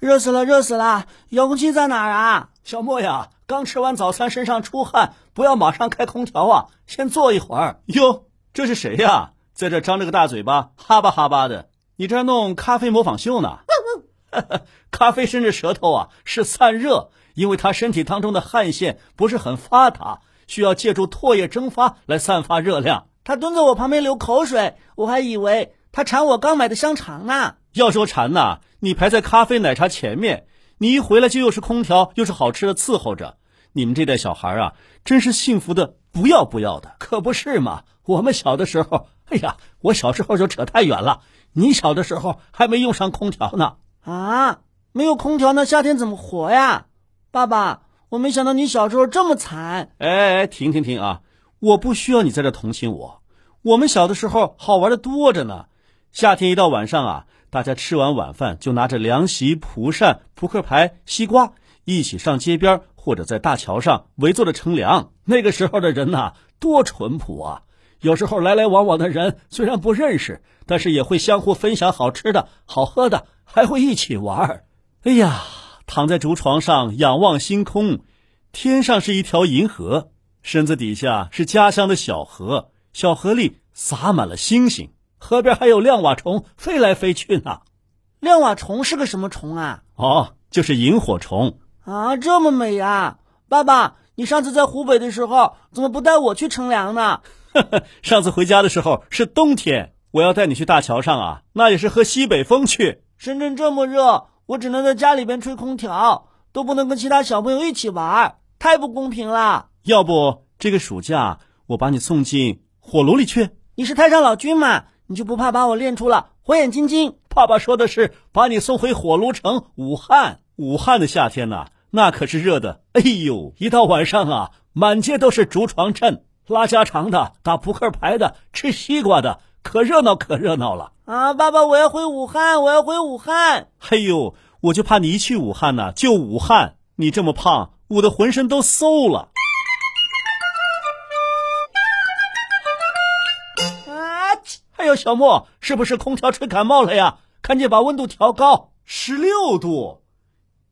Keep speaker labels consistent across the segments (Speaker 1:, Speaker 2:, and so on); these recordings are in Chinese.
Speaker 1: 热死了，热死了！遥控器在哪儿啊？
Speaker 2: 小莫呀，刚吃完早餐，身上出汗，不要马上开空调啊，先坐一会儿。
Speaker 3: 哟，这是谁呀？在这张着个大嘴巴，哈巴哈巴的。你这弄咖啡模仿秀 呢？
Speaker 2: 咖啡伸着舌头啊，是散热，因为它身体当中的汗腺不是很发达，需要借助唾液蒸发来散发热量。
Speaker 1: 他蹲在我旁边流口水，我还以为他馋我刚买的香肠呢。
Speaker 3: 要说馋呐、你排在咖啡奶茶前面，你一回来就又是空调又是好吃的伺候着。你们这代小孩啊，真是幸福的不要不要的。
Speaker 2: 可不是嘛，我们小的时候，哎呀，我小时候就扯太远了。你小的时候还没用上空调呢。
Speaker 1: 啊，没有空调，那夏天怎么活呀？爸爸，我没想到你小时候这么惨。
Speaker 3: 哎哎，停停停啊！我不需要你在这同情我。我们小的时候好玩的多着呢。夏天一到晚上啊，大家吃完晚饭就拿着凉席、蒲扇、扑克牌、西瓜，一起上街边或者在大桥上围坐着乘凉。
Speaker 2: 那个时候的人呐、多淳朴啊！有时候来来往往的人虽然不认识，但是也会相互分享好吃的、好喝的，还会一起玩儿。
Speaker 3: 哎呀，躺在竹床上仰望星空，天上是一条银河，身子底下是家乡的小河，小河里洒满了星星。
Speaker 2: 河边还有亮瓦虫飞来飞去呢。
Speaker 1: 亮瓦虫是个什么虫啊？
Speaker 3: 哦，就是萤火虫。
Speaker 1: 啊，这么美啊！爸爸，你上次在湖北的时候怎么不带我去乘凉呢？
Speaker 3: 上次回家的时候是冬天，我要带你去大桥上啊，那也是喝西北风去。
Speaker 1: 深圳这么热，我只能在家里边吹空调，都不能跟其他小朋友一起玩，太不公平了。
Speaker 3: 要不这个暑假我把你送进火炉里去？
Speaker 1: 你是太上老君嘛，你就不怕把我练出了火眼金睛？
Speaker 2: 爸爸说的是把你送回火炉城武汉。
Speaker 3: 武汉的夏天呐、那可是热的，哎呦！
Speaker 2: 一到晚上啊，满街都是竹床阵，拉家常的、打扑克牌的、吃西瓜的，可热闹可热闹了。
Speaker 1: 啊，爸爸，我要回武汉，我要回武汉。
Speaker 2: 哎
Speaker 3: 嘿呦，我就怕你一去武汉呐、就武汉，你这么胖，捂得浑身都馊了。
Speaker 1: 啊，切
Speaker 2: 哎呦，小莫，是不是空调吹感冒了呀？赶紧把温度调高。
Speaker 3: 十六度，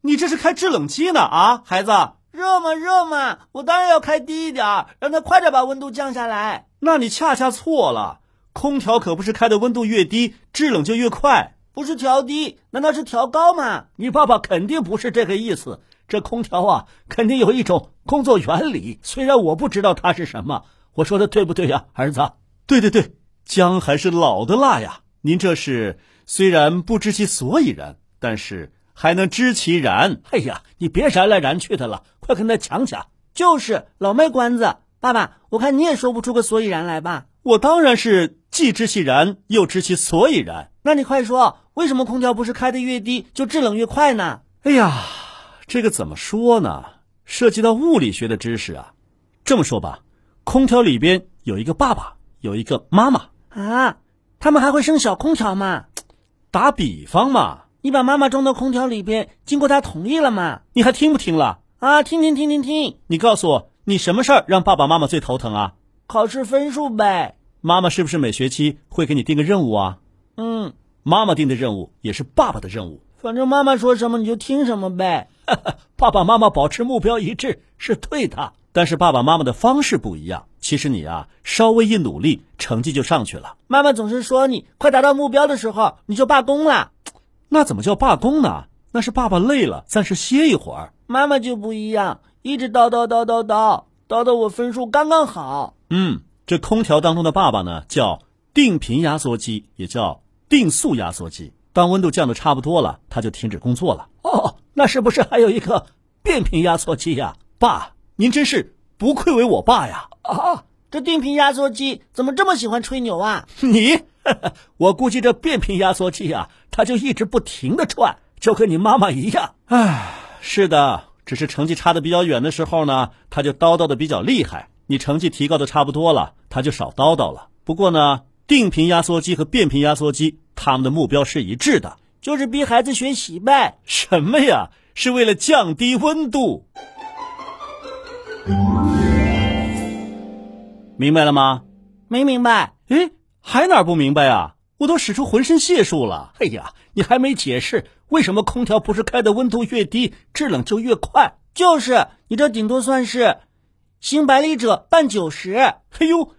Speaker 3: 你这是开制冷机呢啊，孩子？
Speaker 1: 热嘛热嘛，我当然要开低一点儿，让它快点把温度降下来。
Speaker 3: 那你恰恰错了，空调可不是开的温度越低，制冷就越快。
Speaker 1: 不是调低，难道是调高吗？
Speaker 2: 你爸爸肯定不是这个意思。这空调啊，肯定有一种工作原理，虽然我不知道它是什么。我说的对不对呀、儿子？
Speaker 3: 对对对，姜还是老的辣呀。您这是虽然不知其所以然，但是还能知其然。
Speaker 2: 哎呀，你别燃来燃去的了，快跟他讲讲。
Speaker 1: 就是老卖关子。爸爸，我看你也说不出个所以然来吧？
Speaker 3: 我当然是既知其然，又知其所以然。
Speaker 1: 那你快说，为什么空调不是开的越低就制冷越快呢？
Speaker 3: 哎呀，这个怎么说呢？涉及到物理学的知识啊。这么说吧，空调里边有一个爸爸，有一个妈妈。
Speaker 1: 啊，他们还会生小空调吗？
Speaker 3: 打比方嘛，
Speaker 1: 你把妈妈装到空调里边，经过她同意了吗？
Speaker 3: 你还听不听了？
Speaker 1: 啊，听听听听听，
Speaker 3: 你告诉我，你什么事儿让爸爸妈妈最头疼啊？
Speaker 1: 考试分数呗。
Speaker 3: 妈妈是不是每学期会给你定个任务啊？
Speaker 1: 嗯，
Speaker 3: 妈妈定的任务也是爸爸的任务。
Speaker 1: 反正妈妈说什么你就听什么呗。
Speaker 2: 爸爸妈妈保持目标一致是对的。
Speaker 3: 但是爸爸妈妈的方式不一样，其实你啊，稍微一努力，成绩就上去了。
Speaker 1: 妈妈总是说你快达到目标的时候你就罢工了，
Speaker 3: 那怎么叫罢工呢？那是爸爸累了，暂时歇一会儿。
Speaker 1: 妈妈就不一样，一直叨叨叨叨叨叨到我分数刚刚好。
Speaker 3: 嗯，这空调当中的爸爸呢，叫定频压缩机，也叫定速压缩机。当温度降的差不多了，它就停止工作了。
Speaker 2: 哦，那是不是还有一个变频压缩机呀、
Speaker 3: 爸，您真是不愧为我爸呀！
Speaker 1: 这定频压缩机怎么这么喜欢吹牛啊？
Speaker 2: 你，我估计这变频压缩机啊，它就一直不停的转，就跟你妈妈一样。
Speaker 3: 是的，只是成绩差的比较远的时候呢，他就叨叨的比较厉害；你成绩提高的差不多了，他就少叨叨了。不过呢，定频压缩机和变频压缩机，他们的目标是一致的。
Speaker 1: 就是逼孩子学习呗。
Speaker 3: 什么呀？是为了降低温度。明白了吗？
Speaker 1: 没明白？
Speaker 3: 诶，还哪儿不明白啊？我都使出浑身解数了。
Speaker 2: 哎呀，你还没解释为什么空调不是开的温度越低，制冷就越快？
Speaker 1: 就是你这顶多算是行百里者半九十。
Speaker 3: 嘿呦，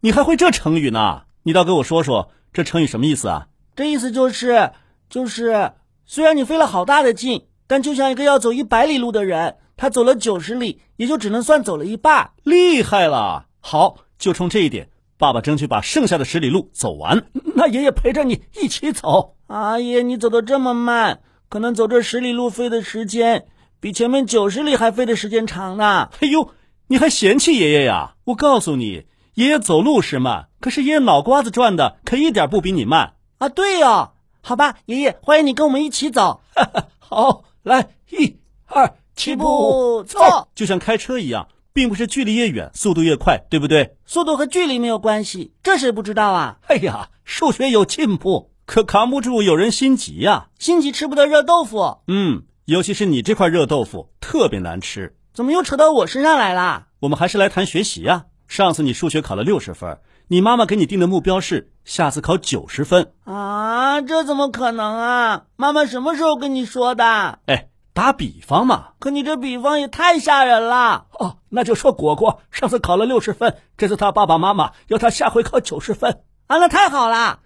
Speaker 3: 你还会这成语呢？你倒给我说说这成语什么意思啊？
Speaker 1: 这意思就是就是，虽然你费了好大的劲，但就像一个要走一百里路的人，他走了九十里，也就只能算走了一半。
Speaker 3: 厉害了！好，就冲这一点，爸爸争取把剩下的十里路走完。
Speaker 2: 那爷爷陪着你一起走。
Speaker 1: 阿姨，你啊走的这么慢，可能走这十里路费的时间比前面九十里还费的时间长呢。
Speaker 3: 嘿哎呦，你还嫌弃爷爷呀？我告诉你，爷爷走路是慢，可是爷爷脑瓜子转的可一点不比你慢。
Speaker 1: 啊，对哦，好吧，爷爷，欢迎你跟我们一起走，
Speaker 2: 好，来，一、二，起步。
Speaker 1: 不错，
Speaker 3: 就像开车一样，并不是距离越远速度越快，对不对？
Speaker 1: 速度和距离没有关系，这谁不知道啊？
Speaker 2: 哎呀，数学有进步。
Speaker 3: 可扛不住有人心急呀、
Speaker 1: 心急吃不得热豆腐，
Speaker 3: 嗯，尤其是你这块热豆腐特别难吃。
Speaker 1: 怎么又扯到我身上来啦？
Speaker 3: 我们还是来谈学习呀、上次你数学考了六十分，你妈妈给你定的目标是下次考九十分。
Speaker 1: 啊，这怎么可能啊？妈妈什么时候跟你说的？
Speaker 3: 哎，打比方嘛，
Speaker 1: 可你这比方也太吓人了。
Speaker 2: 哦，那就说果果上次考了六十分，这次他爸爸妈妈要他下回考九十分。
Speaker 1: 啊，那太好了，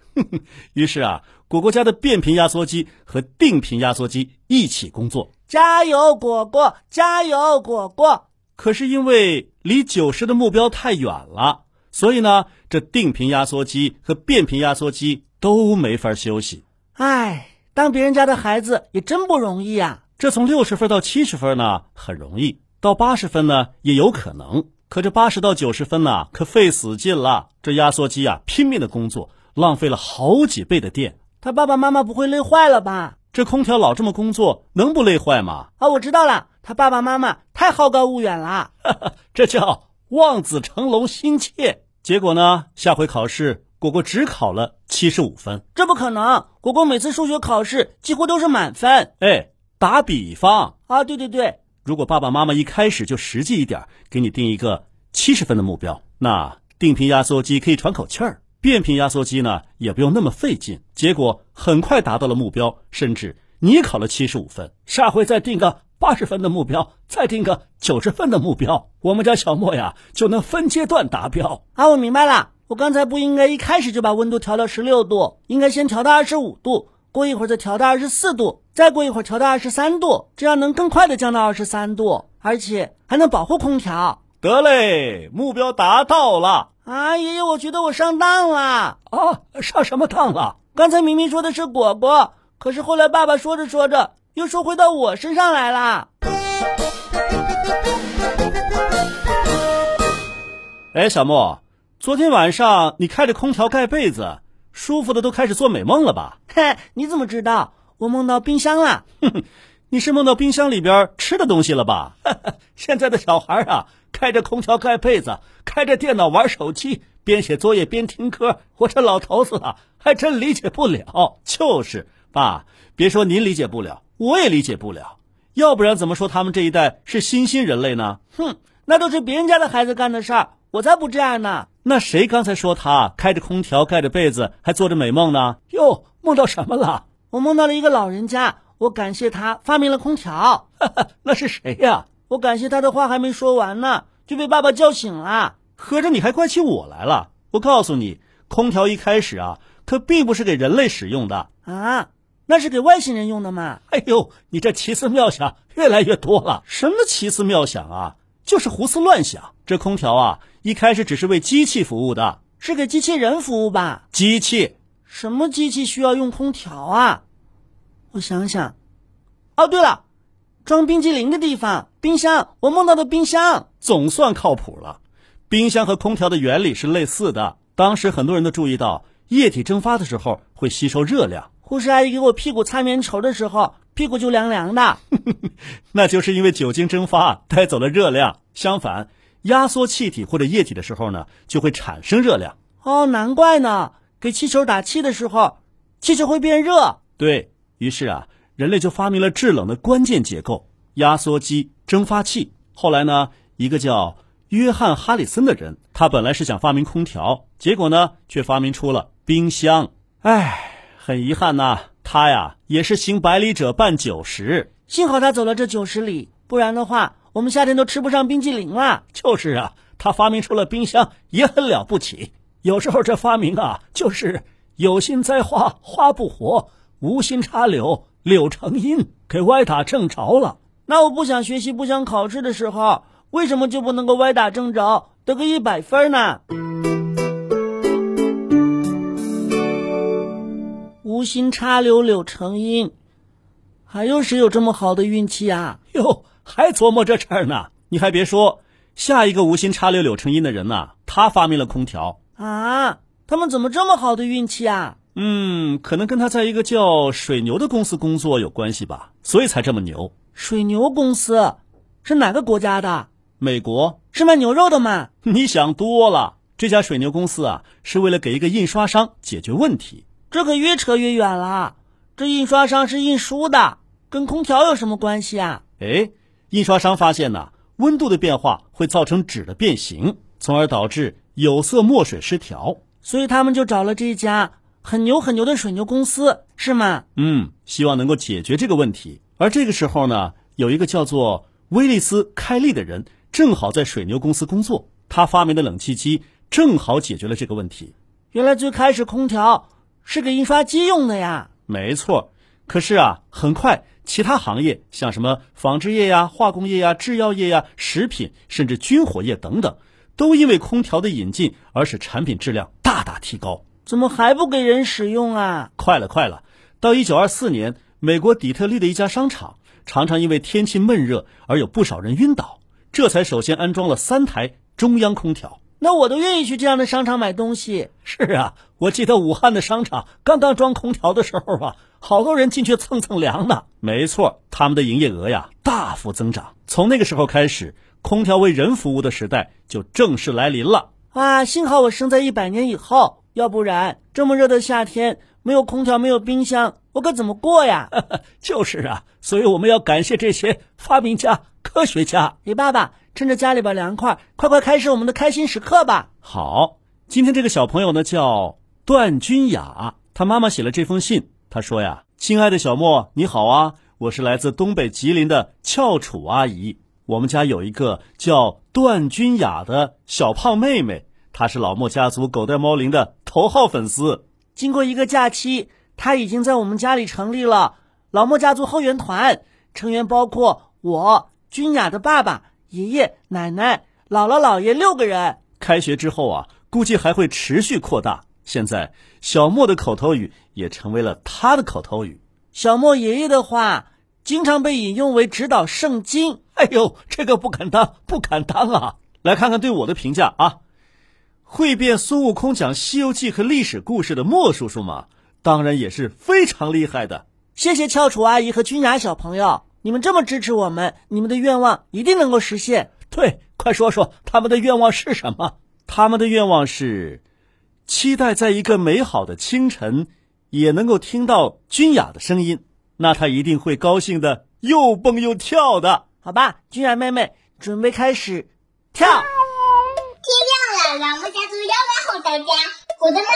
Speaker 3: 于是啊，果果家的变频压缩机和定频压缩机一起工作。
Speaker 1: 加油，果果，加油，果果。
Speaker 3: 可是因为离九十的目标太远了，所以呢，这定频压缩机和变频压缩机都没法休息。
Speaker 1: 唉，当别人家的孩子也真不容易啊。
Speaker 3: 这从六十分到七十分呢，很容易；到八十分呢，也有可能。可这八十到九十分呢，可费死劲了。这压缩机啊，拼命的工作，浪费了好几倍的电。
Speaker 1: 他爸爸妈妈不会累坏了吧？
Speaker 3: 这空调老这么工作，能不累坏吗？
Speaker 1: 啊，我知道了，他爸爸妈妈太好高骛远了。
Speaker 3: 这叫望子成龙心切。结果呢，下回考试，果果只考了七十五分。
Speaker 1: 这不可能，果果每次数学考试几乎都是满分
Speaker 3: 哎，打比方，
Speaker 1: 啊！对对对，
Speaker 3: 如果爸爸妈妈一开始就实际一点，给你定一个七十分的目标，那定频压缩机可以喘口气儿，变频压缩机呢也不用那么费劲，结果很快达到了目标，甚至你考了七十五分。
Speaker 2: 下回再定个八十分的目标，再定个九十分的目标，我们家小莫呀就能分阶段达标。
Speaker 1: 啊，我明白了，我刚才不应该一开始就把温度调到十六度，应该先调到二十五度，过一会儿再调到二十四度，再过一会儿调到二十三度，这样能更快的降到二十三度，而且还能保护空调。
Speaker 3: 得嘞，目标达到了。
Speaker 1: 啊，爷爷，我觉得我上当了。
Speaker 2: 啊，上什么当了？
Speaker 1: 刚才明明说的是果果，可是后来爸爸说着说着又说回到我身上来啦。
Speaker 3: 哎，小莫，昨天晚上你开着空调盖被子，舒服的都开始做美梦了吧？
Speaker 1: 嘿， 你怎么知道？我梦到冰箱了。
Speaker 3: 你是梦到冰箱里边吃的东西了吧？
Speaker 2: 现在的小孩啊，开着空调盖被子，开着电脑玩手机，边写作业边听歌。我这老头子啊，还真理解不了。
Speaker 3: 就是，爸，别说您理解不了，我也理解不了，要不然怎么说他们这一代是新兴人类呢？
Speaker 1: 哼，那都是别人家的孩子干的事儿，我才不这样呢。
Speaker 3: 那谁刚才说他开着空调盖着被子还做着美梦呢？
Speaker 2: 哟，梦到什么了？
Speaker 1: 我梦到了一个老人家，我感谢他发明了空调。
Speaker 2: 那是谁呀、
Speaker 1: 我感谢他的话还没说完呢，就被爸爸叫醒了。
Speaker 3: 合着你还怪起我来了？我告诉你，空调一开始啊，可并不是给人类使用的。
Speaker 1: 啊，那是给外星人用的嘛？
Speaker 2: 哎呦，你这奇思妙想越来越多了。
Speaker 3: 什么奇思妙想啊，就是胡思乱想。这空调啊，一开始只是为机器服务的，
Speaker 1: 是给机器人服务吧？
Speaker 3: 机器
Speaker 1: 什么机器需要用空调啊？我想想，哦，对了，装冰激凌的地方，冰箱，我梦到的冰箱。
Speaker 3: 总算靠谱了。冰箱和空调的原理是类似的。当时很多人都注意到，液体蒸发的时候会吸收热量。
Speaker 1: 护士阿姨给我屁股擦棉球的时候，屁股就凉凉的。
Speaker 3: 那就是因为酒精蒸发带走了热量。相反，压缩气体或者液体的时候呢，就会产生热量。
Speaker 1: 哦，难怪呢，给气球打气的时候，气球会变热。
Speaker 3: 对于是啊，人类就发明了制冷的关键结构——压缩机蒸发器。后来呢，一个叫约翰·哈里森的人，他本来是想发明空调，结果呢，却发明出了冰箱。唉，很遗憾呐、他呀也是行百里者半九十。
Speaker 1: 幸好他走了这九十里，不然的话，我们夏天都吃不上冰激凌了。
Speaker 3: 就是啊，他发明出了冰箱也很了不起。有时候这发明啊，就是有心栽花花不活，无心插柳柳成荫，给歪打正着了。
Speaker 1: 那我不想学习、不想考试的时候，为什么就不能够歪打正着，得个一百分呢？无心插柳柳成荫，还有谁有这么好的运气啊？
Speaker 3: 哟，还琢磨这事儿呢？你还别说，下一个无心插柳柳成荫的人呐、他发明了空调。
Speaker 1: 啊，他们怎么这么好的运气啊？
Speaker 3: 嗯，可能跟他在一个叫水牛的公司工作有关系吧，所以才这么牛。
Speaker 1: 水牛公司是哪个国家的？
Speaker 3: 美国，
Speaker 1: 是卖牛肉的吗？
Speaker 3: 你想多了。这家水牛公司啊，是为了给一个印刷商解决问题。
Speaker 1: 这可越扯越远了。这印刷商是印书的，跟空调有什么关系啊？
Speaker 3: 哎，印刷商发现呐、温度的变化会造成纸的变形，从而导致有色墨水失调。
Speaker 1: 所以他们就找了这家很牛很牛的水牛公司，是吗？
Speaker 3: 嗯，希望能够解决这个问题。而这个时候呢，有一个叫做威利斯·开利的人，正好在水牛公司工作，他发明的冷气机正好解决了这个问题。
Speaker 1: 原来最开始空调是给印刷机用的呀。
Speaker 3: 没错，可是啊，很快其他行业，像什么纺织业呀、化工业呀、制药业呀、食品，甚至军火业等等，都因为空调的引进而使产品质量大大提高。
Speaker 1: 怎么还不给人使用啊？
Speaker 3: 快了，快了！到一九二四年，美国底特律的一家商场常常因为天气闷热而有不少人晕倒，这才首先安装了三台中央空调。
Speaker 1: 那我都愿意去这样的商场买东西。
Speaker 3: 是啊，我记得武汉的商场刚刚装空调的时候啊，好多人进去蹭蹭凉呢。没错，他们的营业额呀大幅增长。从那个时候开始，空调为人服务的时代就正式来临了。
Speaker 1: 啊，幸好我生在一百年以后，要不然这么热的夏天，没有空调，没有冰箱，我可怎么过呀？
Speaker 3: 就是啊，所以我们要感谢这些发明家、科学家。
Speaker 1: 李爸爸，趁着家里边凉快，快快开始我们的开心时刻吧。
Speaker 3: 好，今天这个小朋友呢叫段君雅，她妈妈写了这封信，她说呀：“亲爱的小莫，你好啊，我是来自东北吉林的翘楚阿姨，我们家有一个叫段君雅的小胖妹妹，她是老莫家族狗带猫铃的头号粉丝。
Speaker 1: 经过一个假期，他已经在我们家里成立了老莫家族后援团，成员包括我、君雅的爸爸、爷爷奶奶、哎姥姥姥爷六个人。
Speaker 3: 开学之后啊，估计还会持续扩大。现在，小莫的口头语也成为了她的口头语。”
Speaker 1: 小莫爷爷的话经常被引用为指导圣经。
Speaker 3: 哎呦，这个不敢当，不敢当啊！来看看对我的评价啊，会变孙悟空讲《西游记》和历史故事的莫叔叔嘛，当然也是非常厉害的。
Speaker 1: 谢谢翘楚阿姨和君雅小朋友，你们这么支持我们，你们的愿望一定能够实现。
Speaker 3: 对，快说说他们的愿望是什么？他们的愿望是，期待在一个美好的清晨，也能够听到君雅的声音，那他一定会高兴的又蹦又跳的。
Speaker 1: 好吧，君雅妹妹，准备开始跳。
Speaker 4: 天亮了，老莫家族摇摆后到家。我的妈呀！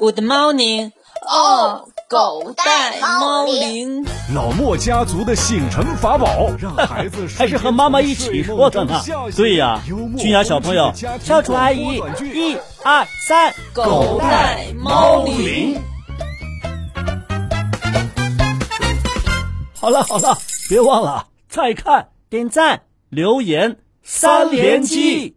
Speaker 5: Good morning，
Speaker 4: 哦
Speaker 5: 哦，
Speaker 4: 狗
Speaker 5: 狗
Speaker 4: 带
Speaker 5: 带
Speaker 4: 猫
Speaker 5: 猫
Speaker 4: 铃
Speaker 5: 铃。
Speaker 6: 老莫家族的醒神法宝，让孩子
Speaker 3: 还是和妈妈一起说的呢对呀君雅小朋友
Speaker 1: 翘楚阿姨，
Speaker 6: 啊
Speaker 1: 一二三，
Speaker 5: 狗带猫铃。
Speaker 3: 好了好了，别忘了再看、
Speaker 1: 点赞
Speaker 3: 留言
Speaker 1: 三连击。